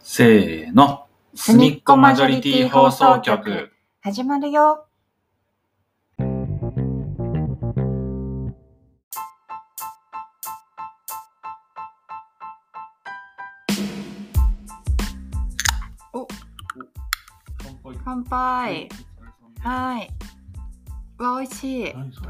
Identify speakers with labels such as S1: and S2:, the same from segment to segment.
S1: せーの。すみっこマジョリティ放送局。
S2: 始まるよ。乾杯。はーい。うわ、美味しい。
S1: 何それ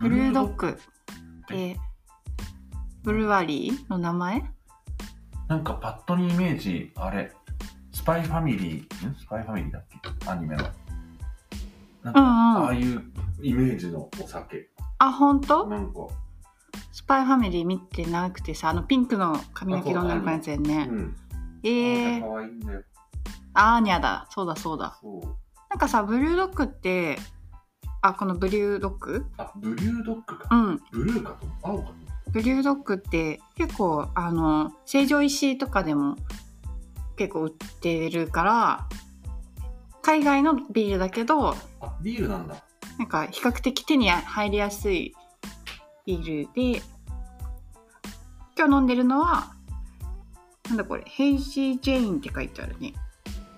S2: ブルードッグって、ブルワリーの名前
S1: なんかパッとにイメージ、あれ、スパイファミリー、んスパイファミリーだっけアニメの。なんか、
S2: うん
S1: あ
S2: う
S1: あ
S2: ん。
S1: いうイメージのお酒。
S2: あ、ほんと
S1: なんか、
S2: スパイファミリー見てなくてさ、あのピンクの髪の毛の女の子のやつやん
S1: う
S2: ね。
S1: ん。
S2: え
S1: か
S2: ー、
S1: わいいんだよ。
S2: アーニャだ。そうだそうだ。
S1: そう。
S2: なんかさ、ブルードッグって、あ、このブリュードッグ
S1: あ、ブリュードッグ
S2: う
S1: か。
S2: ん。
S1: ブルーかと思った青かと思った
S2: ブリュードッグって結構、あの、成城石井とかでも結構売ってるから、海外のビールだけど、
S1: あ、ビールなんだ。
S2: なんか比較的手に入りやすいビールで今日飲んでるのはなんだこれヘイジージェインって書いてあるね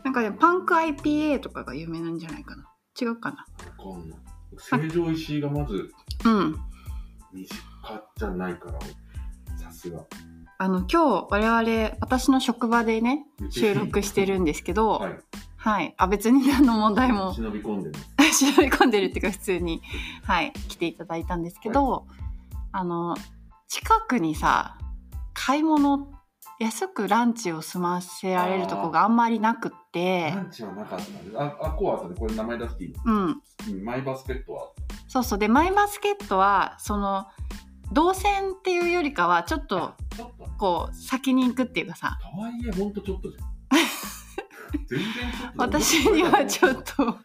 S2: なんかねパンク IPA とかが有名なんじゃないかな違うかな
S1: こんない成城石井がまず
S2: うん
S1: 身近じゃないから、さすが。
S2: あの今日我々私の職場でね収録してるんですけど、は、
S1: はいい。
S2: あ別に何の問 題も
S1: 忍び込んでる。
S2: 忍び込んでるっていうか普通に、はい、来ていただいたんですけど、あの近くにさ買い物安くランチを済ませられるとこがあんまりなくって
S1: ランチはなかった。あ、あ、こうあったね。これ名前出していい
S2: うん
S1: うんマイバスケットは
S2: そうそうでマイバスケットはその動線っていうよりかはちょっと
S1: ちょっとね。
S2: こう先に行くっていうかさ
S1: とはいえ、ほんとちょっとじ ゃん。全然ちょっとだよ。
S2: 私にはちょっと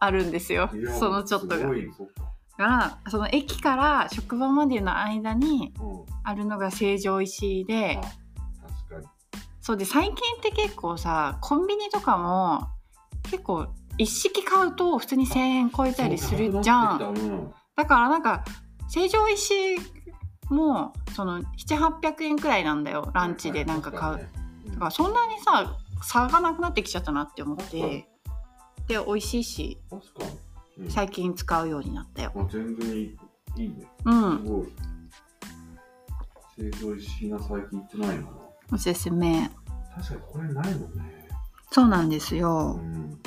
S2: あるんですよ
S1: いや
S2: そのちょっと
S1: す
S2: が
S1: ご。い、そっか。
S2: だからその駅から職場までの間に
S1: うん。
S2: あるのが成城石井で。
S1: あ確かに。
S2: そうで最近って結構さコンビニとかも結構一式買うと普通に1,000円超えたりするじゃん
S1: そう高くなってきたうん。
S2: だからなんか成城石井もその700800円くらいなんだよランチでなんか買う、
S1: はいはい確
S2: だ
S1: か
S2: か
S1: に
S2: らそんなにさ差がなくなってきちゃったなって思ってで美味しいし
S1: うん確かに。うん
S2: 最近使うようになったよ
S1: まあ全然いいいいね。
S2: う
S1: す
S2: ん
S1: ごい。成城石井な最近行ってないな。
S2: おすすめ
S1: 確かにこれないもんね。
S2: そうなんです
S1: う
S2: よ
S1: ん。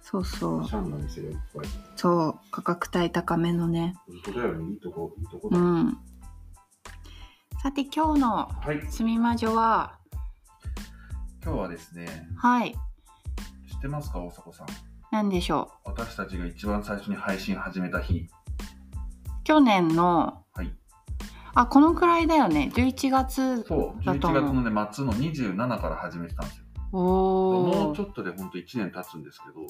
S2: そうそう
S1: シャンの店がいっぱい。
S2: そう価格帯高めのね
S1: 本当だよね。いいとこ、いいとこ
S2: う
S1: だ。
S2: んさて今日の
S1: はい。
S2: すみまじょは、
S1: 今日はですね、
S2: はい、
S1: 知ってますか、大迫さん。
S2: なんでしょ
S1: 私たちが一番最初に配信始めた日。
S2: う。去年の、
S1: はい
S2: あ、このくらいだよね。11月。
S1: そう、
S2: だ
S1: 11
S2: と
S1: 月
S2: 思う
S1: のね、末の27から始めてたんですよ。も
S2: お
S1: う
S2: お
S1: ちょ。っとで本当1年経つんですけど、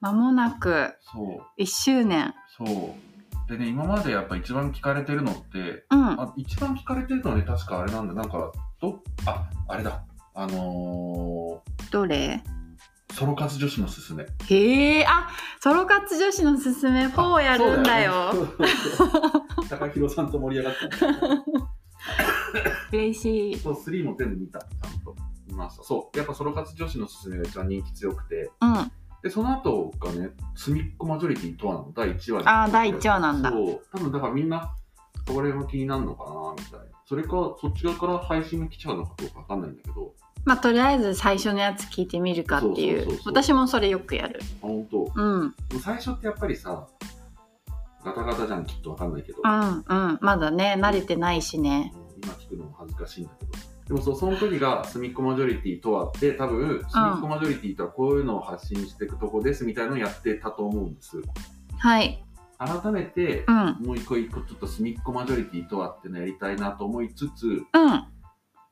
S2: まもなく
S1: そう、
S2: 1周年。
S1: そう。でね、今までやっぱ一番聞かれてるのって、
S2: うん。
S1: あ一番聞かれてるのはね、確かあれなんだ、なんか、どあ、あれだ、あの
S2: どれ
S1: ー、ソロ活女子のすすめ。
S2: へえ、あ、ソロ活女子のすすめ4やるんだよ。
S1: そうだよね。 高弘さんと盛り上がった、ね。
S2: 嬉しい。
S1: そう、3も全部見た、ちゃんと。見ました。そう、やっぱソロ活女子のすすめが一番人気強くて、
S2: うん。あ
S1: で、その後がね、すみっこマジョリティとはの第1話
S2: あー、第1話なんだ。
S1: そう、多分だからみんな、それも気になるのかな、みたいな。それか、そっち側から配信が来ちゃうのかどうかわかんないんだけど、
S2: まあ、とりあえず最初のやつ聞いてみるかってい
S1: そう
S2: う。
S1: そうそうそう
S2: 私もそれよくやる。
S1: あ本当も
S2: うん。うん、
S1: う最初ってやっぱりさ、ガタガタじゃん、きっとわかんないけど、
S2: うん。まだね、慣れてないしね。
S1: うん今聞くのも恥ずかしいんだけど。でもそう、その時が、すみっこマジョリティとはって、多分、すみっこマジョリティとはこういうのを発信していくとこです、みたいなのをやってたと思うんです。
S2: はい。
S1: 改めて
S2: う、ん。
S1: もう一個一個ちょっとすみっこマジョリティとはってのやりたいなと思いつつ、
S2: うん。
S1: も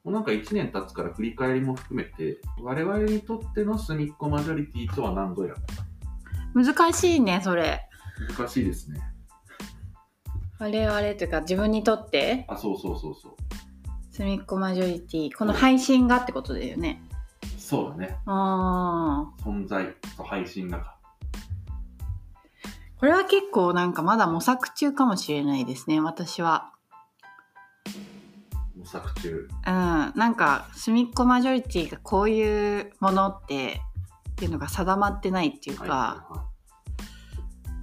S1: うなんか1年経つから振り返りも含めて、我々にとってのすみっこマジョリティとは何ぞや。
S2: 難しいね、それ。
S1: 難しいですね。
S2: 我々というか自分にとって
S1: あ、そうそうそうそう。
S2: すみっこマジョリティこの配信がってことだよね
S1: そうだね。
S2: あー
S1: 存在と配信だか。
S2: これは結構なんかまだ模索中かもしれないですね私は
S1: 模模索中
S2: うん、なんか隅っこマジョリティがこういうものってっていうのが定まってないっていうか、
S1: はいは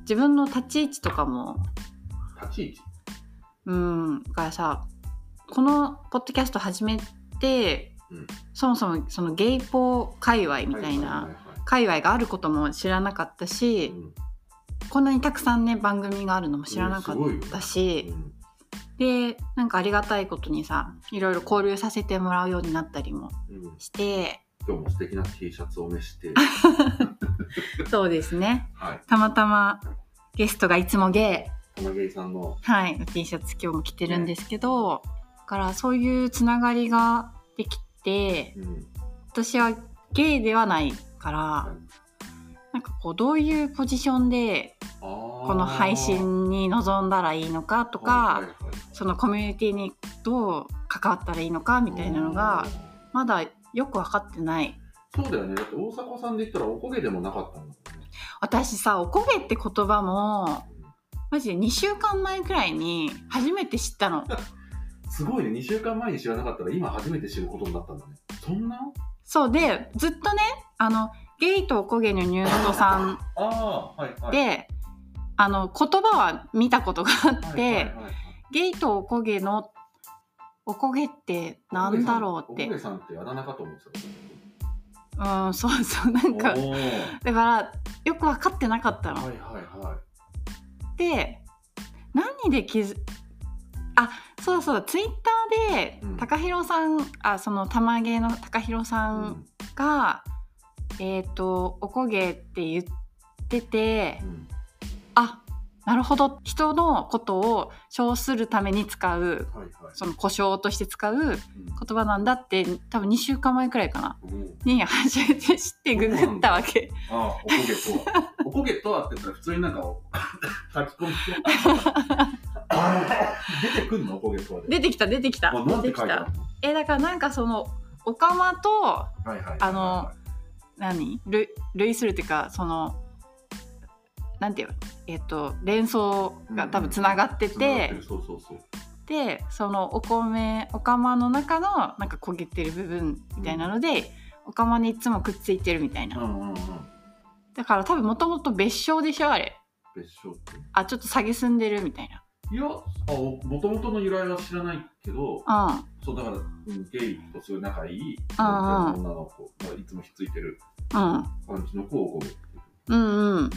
S2: 自分の立ち位置とか
S1: いは
S2: も、
S1: い立ち位置
S2: うん、がさこのポッドキャスト始めて、
S1: うん
S2: そもそもそのゲイポー界隈みたい
S1: はは
S2: な
S1: は
S2: 界隈があることも知らなかった
S1: い
S2: し、
S1: うん
S2: こんなにたくさんね番組があるのも知らなかったし、
S1: うん
S2: でなんかありがたいことにさいろいろ交流させてもらうようになったりも
S1: うん
S2: して
S1: 今日も素敵な T シャツを召して、
S2: そうですね
S1: はい、
S2: たまたまゲストがいつもゲ
S1: 玉毛さんの
S2: イ、はい、の T シャツ今日も着てるんですけど、だからそういうつながりができて
S1: うん
S2: 私はゲイではないから、なんかこうどういうポジションで
S1: こ
S2: この配信に臨んだらいいのかとか、そのコミュニティにどう関わったらいいのかみたいなのがまだよく分かってない
S1: そうだよねだって大迫さんで言ったらおこげでもなかったんだもんね
S2: 私さ「おこげ」って言葉もマジで2週間前くらいに初めて知ったの
S1: すごいね2週間前に知らなかったら今初めて知ることになったんだねそんな
S2: そうでずっとねあのゲイとおこげのニューストさん
S1: ああはいはい
S2: で、あの言葉は見たことがあって、
S1: はいはいはいはい
S2: ゲイとおこげのおこげってなんだろうっ
S1: お
S2: て
S1: こげさんってあだ名かと思って
S2: うんそうそうなん
S1: た
S2: か
S1: おーはい
S2: だからよく分かってなかった
S1: は
S2: の。
S1: いは
S2: で何で気づあそうだそうだツイッターで
S1: うん
S2: t a k a さん、あその玉芸の t a k a さ
S1: い、
S2: んが、えっ、とおこげって言ってて
S1: うんうん
S2: あなるほど人のことを称するために使う
S1: はいはい
S2: その故障として使う
S1: うん
S2: 言葉なんだって多分2週間前くらいかな
S1: おー
S2: に初めて知ってググったわけ。
S1: ああ、おこげと は。おこげとはって言ったら普通になんか、炊き込み出てくんのおこげとはで。
S2: 出てきた出てきた
S1: あ、なんて
S2: 出
S1: 書
S2: て
S1: い
S2: き
S1: てあ
S2: た
S1: るの
S2: えだからなんかそのおかまと
S1: はいはいはいはい。
S2: あの何類類するっていうかそのなんていうのえっと連想が多分つながって
S1: つながってる、そうそうそう。
S2: でそのお米お釜の中のなんか焦げてる部分みたいなので、お釜にいつもくっついてるみたいな、
S1: うんうんうん。
S2: だから多分もともと別称でしょあれ
S1: 別称って。
S2: あちょっと下げすんでるみたい
S1: いや、あもともとの由来は知らないけど、
S2: な
S1: そうだから、うんゲイとすごい仲いい
S2: ああ
S1: 女の子がいつもひっついてる
S2: うん
S1: 感じの子をおこげって。
S2: うんうんうん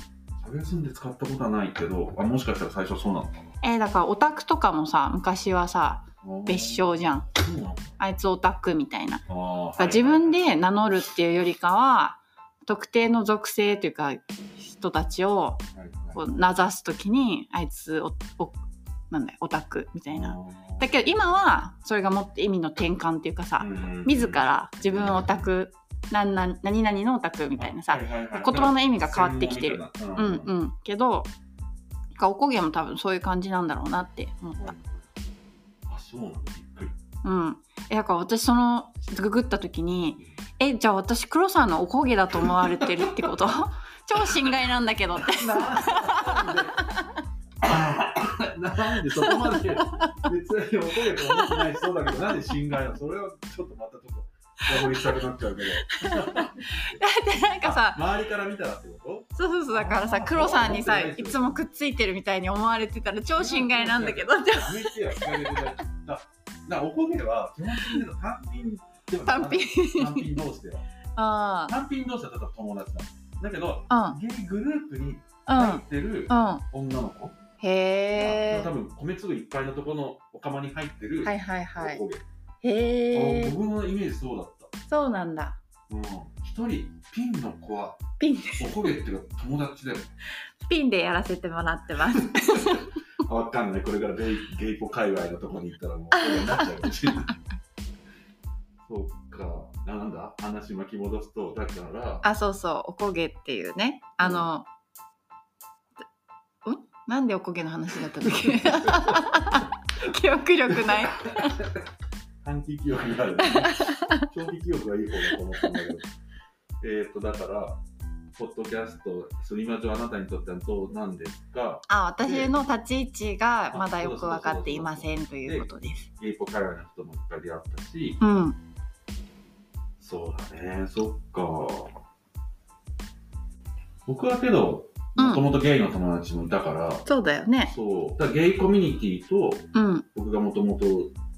S1: 食べ住んで使ったことはないけど、あもしかしたら最初そうなのかな
S2: えーだからオタクとかもさ昔はさ
S1: あー。
S2: 別称じゃん
S1: そうなんだ。
S2: あいつオタクみたいな
S1: あーはいはい
S2: 自分で名乗るっていうよりかは特定の属性というか人たちを
S1: はい
S2: こ
S1: は
S2: う名指す時にあいつおおなんだよオタクみた
S1: い
S2: いな。
S1: あー
S2: だけど今はそれがもっと意味の転換っていうかさ自ら自分オタクなんなん何々のオタクみたいなさ言葉の意味が変わってきてる。
S1: うん
S2: う
S1: うんんうん
S2: うんけどなんかおこげも多分そういう感じなんだろうなって思った。
S1: あそうなんだびっくり。
S2: うん、えだから私そのググった時に「えじゃあ私黒さんのおこげだと思われてるってこと 超心外なんだけど」って
S1: なんでなんでそこまで別に怒れと思ってない人だけどなんで侵害なのそれはちょっとまたちょっと掘りしたくなっちゃうけど
S2: だってなんかさ
S1: 周りから見たらってこ
S2: そうそうそうだからさ
S1: あー
S2: 黒さんにさ
S1: そうそう
S2: いつもくっついてるみたいに思われてたら超心外なんだけど
S1: とやめてやめてやだだおこげは基本的に単品ではな
S2: 単品
S1: 単品同士では
S2: あ
S1: 単品同士だったら友達なのだけど
S2: あ
S1: ゲイグループに
S2: うん
S1: 入ってる
S2: うんうん
S1: 女の子、が
S2: へえ
S1: 多分米粒いっぱいのところのお釜に入ってる
S2: はいはいはい
S1: おこげ、
S2: へ
S1: あ
S2: え
S1: 僕のイメージそうだった
S2: そうなんだ
S1: うん一、人ピンの子は
S2: ピン
S1: おこげっていうか友達だよ
S2: ピンでやらせてもらってます
S1: あわかんないこれからゲイゲイポ界隈のとこに行ったらもうおこげになっちゃうかもしれ ないそうかななんだ話巻き戻すとだから
S2: あそうそうおこげっていうねあの、んなんでおこげの話だったんだっけ 記憶力ない
S1: 短期記憶が ある、ね、長期記憶がいい方だと思ったんだけどえっとだからポッドキャスト、すみません、あなたにとってはどうなんですか、
S2: あ私の立ち位置がまだよく分かっていませんということです。
S1: ゲイポ界隈の人もいっぱい出会ったし、
S2: うん、
S1: そうだね、そっか。僕はけど、
S2: うん
S1: もともとゲイの友達もいたから、
S2: そうだよね。
S1: そう、だからゲイコミュニティと、
S2: うん、
S1: 僕がもともと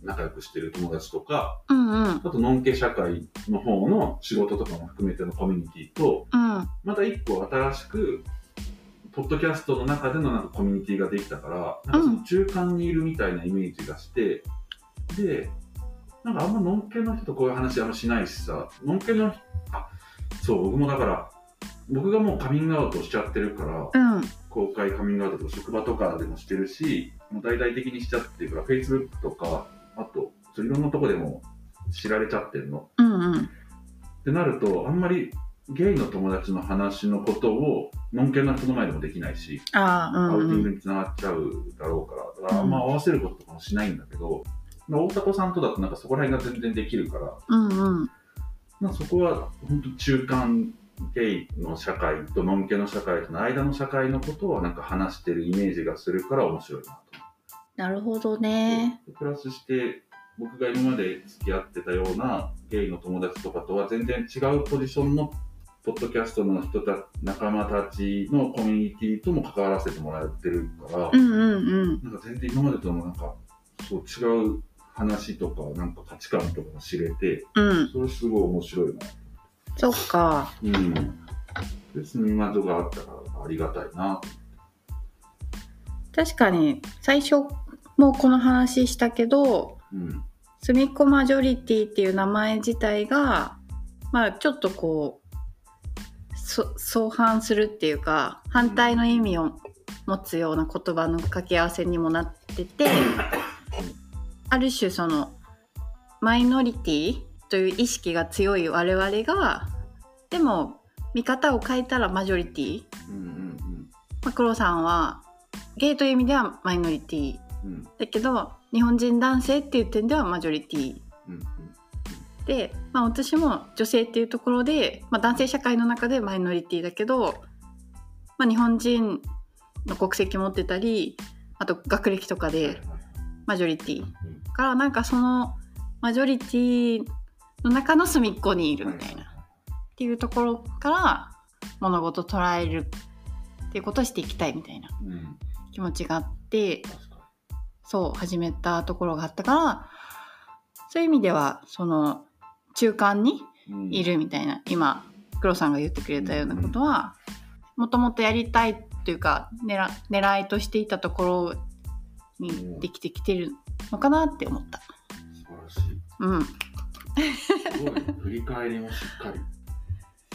S1: 仲良くしてる友達とか、
S2: うん、うん、
S1: あと、ノンケ社会の方の仕事とかも含めてのコミュニティと、
S2: うん、
S1: また一個新しく、ポッドキャストの中でのなんかコミュニティができたから、なんかその中間にいるみたいなイメージがして、で、なんかあんまノンケの人とこういう話あんましないしさ、ノンケの人、あ、そう、僕もだから、僕がもうカミングアウトしちゃってるから、
S2: うん、
S1: 公開カミングアウトとか職場とかでもしてるし、もう大々的にしちゃってるから、Facebook とか、あと、そういろんなとこでも知られちゃってんの。
S2: うん、うん。
S1: ってなるとあんまりゲイの友達の話のことをノンケの人の前でもできないし、
S2: ああ、う
S1: アウ
S2: ん
S1: ティン
S2: う
S1: グ
S2: ん。
S1: につながっちゃうだろうからだからあんま合わせることとかもしないんだけど、まあ大迫さんとだとなんかそこら辺が全然できるから
S2: うんうん。
S1: まあそこは本当中間ゲイの社会とノンケの社会との間の社会のことをなんか話してるイメージがするから面白いなと
S2: なるほど
S1: 思
S2: ね。
S1: って、プラスして僕が今まで付き合ってたようなゲイの友達とかとは全然違うポジションのポッドキャストの人た仲間たちのコミュニティとも関わらせてもらってるから、
S2: うんうんうん。
S1: なんか全然今までともなんかそう違う話とかなんか価値観とかが知れて
S2: うん。
S1: それすごい面白いな
S2: そっか。
S1: うん別に今とがあったからありがたいな
S2: 確かに、最初もこの話したけど、
S1: うん
S2: すみっこマジョリティっていう名前自体が、まあちょっとこう、そ相反するっていうか、反対の意味を持つような言葉の掛け合わせにもなってて、ある種その、マイノリティという意識が強い我々が、でも見方を変えたらマジョリティ
S1: うんうん
S2: まあ、黒さんはゲイという意味ではマイノリティ
S1: うんうん
S2: だけど日本人男性っていう点ではマジョリティ
S1: うん
S2: で、まあ、私も女性っていうところで、まあ、男性社会の中でマイノリティだけど、まあ、日本人の国籍持ってたりあと学歴とか
S1: うんはい
S2: で
S1: はい
S2: マジョリティだ
S1: うん
S2: からなんかそのマジョリティの中の隅っこにいるみたいなっていうところから物事を捉えるっていうことをしていきたいみたいな
S1: うん
S2: 気持ちがあって
S1: 確かに
S2: そう始めたところがあったからそういう意味ではその中間に
S1: うん
S2: いるみたいな、今黒さんが言ってくれたようなことはもともとやりたいというか狙狙いとしていたところにできてきてるのかなって思った。
S1: 素晴らしい。
S2: うん、
S1: すごいね。振り返りもしっかり。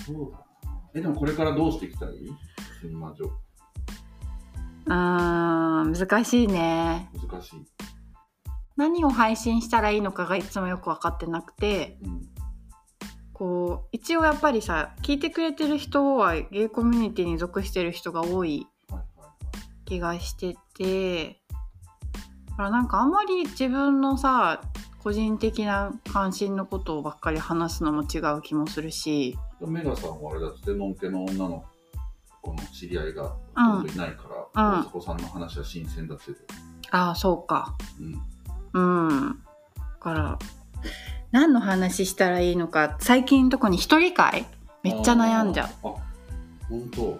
S1: そうだな。え、でもこれからどうしていきたいスミマジョ。
S2: うーん難しいね
S1: 難しい。
S2: 何を配信したらいいのかがいつもよく分かってなくて
S1: うん。
S2: こう一応やっぱりさ聞いてくれてる人はゲイコミュニティに属してる人が多い
S1: はいはいはい。
S2: 気がしててだからなんかあんまり自分のさ個人的な関心のことばっかり話すのも違う気もするし
S1: でもメガさんはあれだって、ノンケの女の子の知り合いがほとんどいないから、
S2: う
S1: 大
S2: ん
S1: 迫さんの話は新鮮だって言ってた。
S2: ああそうか
S1: うん。
S2: うんだから何の話したらいいのか最近特に一人会めっちゃ悩んじゃ
S1: う。あ、本当。
S2: う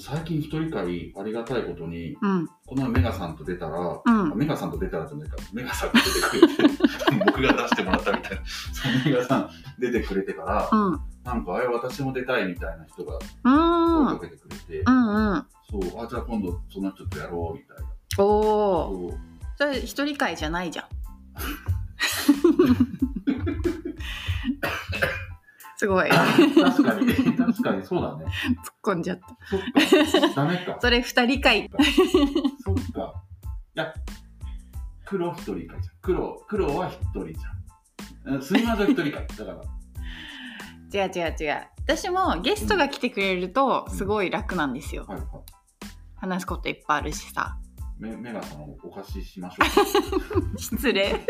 S1: 最近一人会ありがたいことに、
S2: うんうん
S1: この前メガさんと出たら、
S2: うん
S1: メガさんと出たらじゃないか、メガさんが出てくれて、僕が出してもらったみたいな、 そのメガさん出てくれてから、
S2: うんう
S1: なんか、あれ、私も出たいみたいな人が
S2: ー
S1: 声
S2: ん
S1: かけてくれて、
S2: うんうん
S1: そう、あ、じゃあ今度その人とやろうみたいな。
S2: おお
S1: そう
S2: それ一人会じゃないじゃ んすごい
S1: 確かに、確かにそうだね。
S2: 突っ込んじゃった。
S1: そっか、ダメか。
S2: それ二人会。
S1: そっか。いや、黒一人かじゃん。黒、黒は一人じゃんうん。すみません、一人か。だから、
S2: 違う違う違う。私もゲストが来てくれるとすごい楽なんですよ。
S1: はいはい。
S2: 話すこといっぱいあるしさ。
S1: メメガさんをお貸ししましょう。
S2: 失礼。
S1: 違う、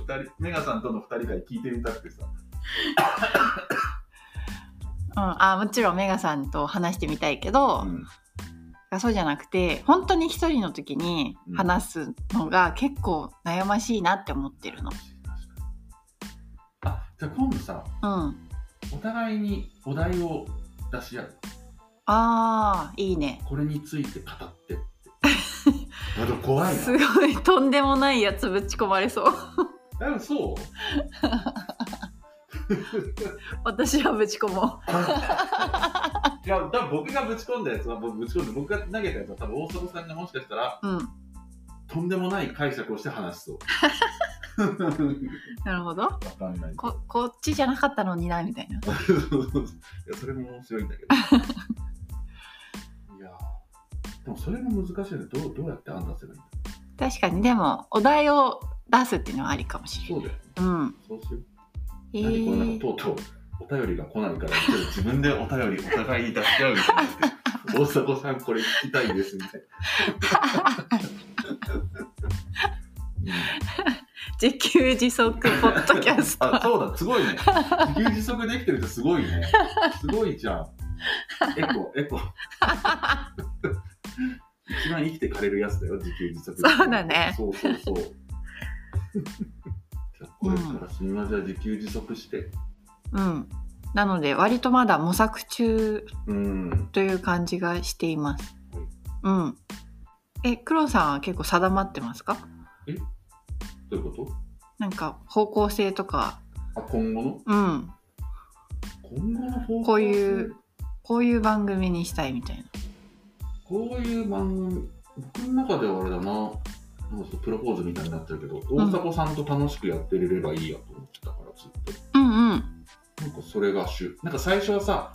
S1: 二人、メガさんとの二人が聞いてみたくてさ。
S2: あもちろんメガさんと話してみたいけど、
S1: うん
S2: そうじゃなくて本当に一人の時に話すのが結構悩ましいなって思ってるの。
S1: あじゃあ今度さ
S2: うん、
S1: お互いにお題を出し合う
S2: あーいいね。
S1: これについて語ってって あでも怖いな
S2: すごい とんでもないやつぶち込まれそう。
S1: えそう
S2: 私はぶち込も
S1: いや多分僕がぶち込んだやつは僕ぶち込んで僕が投げたやつは多分大迫さんがもしかしたら
S2: う。うん、
S1: とんでもない解釈をして話しそう わ
S2: なるほど。
S1: かんない
S2: ここっちじゃなかったのになみたいな。
S1: いやそれも面白いんだけどいやーでもそれも難しいねどうどうやって判断すればいいんだ
S2: 確かにでもお題を出すっていうのはありかもしれ
S1: そう
S2: ない。
S1: だよね
S2: うん。
S1: そうしよう、
S2: え
S1: 何これなんかと
S2: ー、
S1: うとうお便りが来ないからちょっと自分でお便りお互いに出し合うみたいな大迫さんこれ聞きたいですみたいなうん
S2: 自給自足ポッドキ ャス
S1: あ
S2: ト。
S1: そうだすごいね自給自足できてるってすごいねすごいじゃんエコ エコ一番生きてかれるやつだよ自給自足って
S2: そうだね
S1: そうそう そうじゃあこれからすみません自給自足して
S2: うん。なので割とまだ模索中
S1: うん
S2: という感じがしています
S1: はい。
S2: うん。え、クロさんは結構定まってますか？
S1: どういうこ
S2: なんか方向性とか、
S1: とあ今後の
S2: うん、
S1: 今後の方向性
S2: こういうこういう番組にしたいみたいな。
S1: こういう番組僕の中ではあれだななんかちょっとプロポーズみたいになってるけど、
S2: ん
S1: 大迫さんと楽しくやってれればいいやと思ってたからずっと
S2: うんう
S1: な
S2: ん。
S1: んかそれが主なんか最初はさ、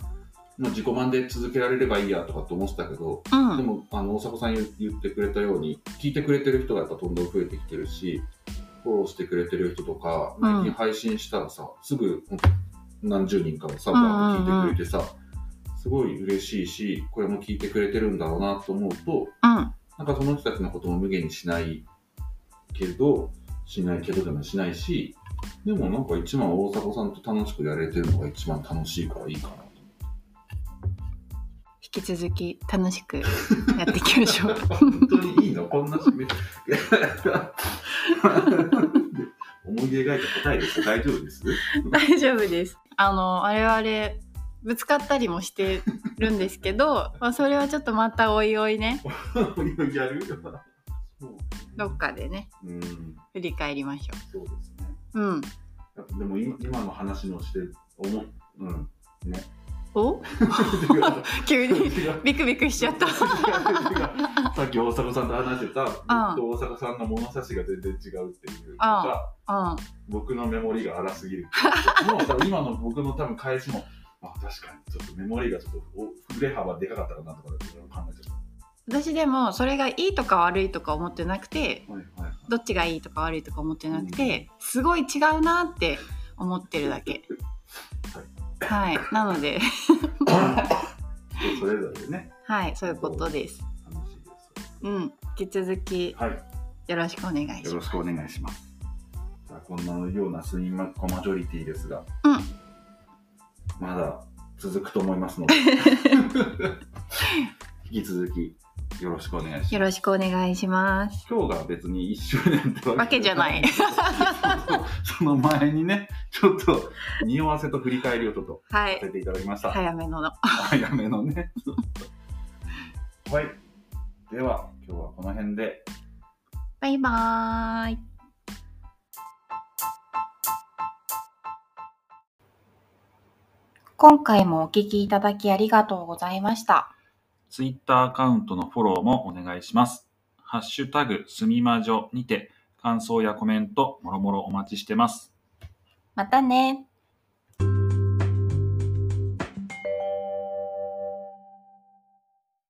S1: まあ、自己満で続けられればいいやとかと思ってたけど、
S2: う
S1: で
S2: ん、
S1: もあの大迫さん言言ってくれたように聞いてくれてる人がやっぱどんどん増えてきてるしフォローしてくれてる人とか
S2: うん
S1: 最近配信したらさ、すぐ何十人かがさバーッと聞いてくれてさ、すごい嬉しいしこれも聞いてくれてるんだろうなと思うと
S2: うん、
S1: なんかその人たちのことも無限にしないけど、しないけどでもしないし、でもなんか一番大迫さんと楽しくやれてるのが一番楽しいからいいかなと。
S2: 引き続き楽しくやっていきましょう。
S1: 本当にいいのこんな締め。思い描いた答えです大丈夫です
S2: 大丈夫です。あの我々ぶつかったりもしてるんですけど、まあそれはちょっとまたおいおいね、
S1: やるそう。
S2: どっかでね
S1: うん、
S2: 振り返りましょ
S1: そうですね。
S2: う。うん。
S1: やっぱでも今今の話のして、思う。 うん。
S2: お？
S1: 違う
S2: 急に
S1: 違う
S2: ビクビクしちゃっ た。
S1: さっき大迫さんと話してた、
S2: ん
S1: 僕と大迫さんの物差しが全然違うっていうのが、
S2: うん。
S1: 僕のメモリが荒すぎるもう多分今の僕の多分返しもあ確かにちょっとメモリがちょっとお振れ幅でかかったかなとか考えちゃっ
S2: 私でもそれがいいとか悪いとか思ってなくて
S1: た、はいはいはい、
S2: どっちがいいとか悪いとか思ってなくて、すごい違うなって思ってるだけ。はい。なので、
S1: 人それぞれでね
S2: はい、そういうことです。
S1: 楽しいです
S2: うん。引き続き
S1: はい
S2: よろしくお願いします。
S1: よろしくお願いしますじゃあこんなようなスイマコマジョリティですが、
S2: うん
S1: まだ続くと思います ので引き続きよろしくお願いします
S2: よろしくお願いします。
S1: 今日が別に一周年って
S2: わけじゃない
S1: その前にねちょっと匂わせと振り返りをちょっと
S2: は
S1: さ
S2: い。
S1: せていただきました、
S2: 早めのの。
S1: 早めのねはいでは今日はこの辺で
S2: バイバーイ。今回もお聞きいただきありがとうございました。
S3: ツイッターアカウントのフォローもお願いします。ハッシュタグすみまじょにて感想やコメントもろもろお待ちしてます。
S2: またね。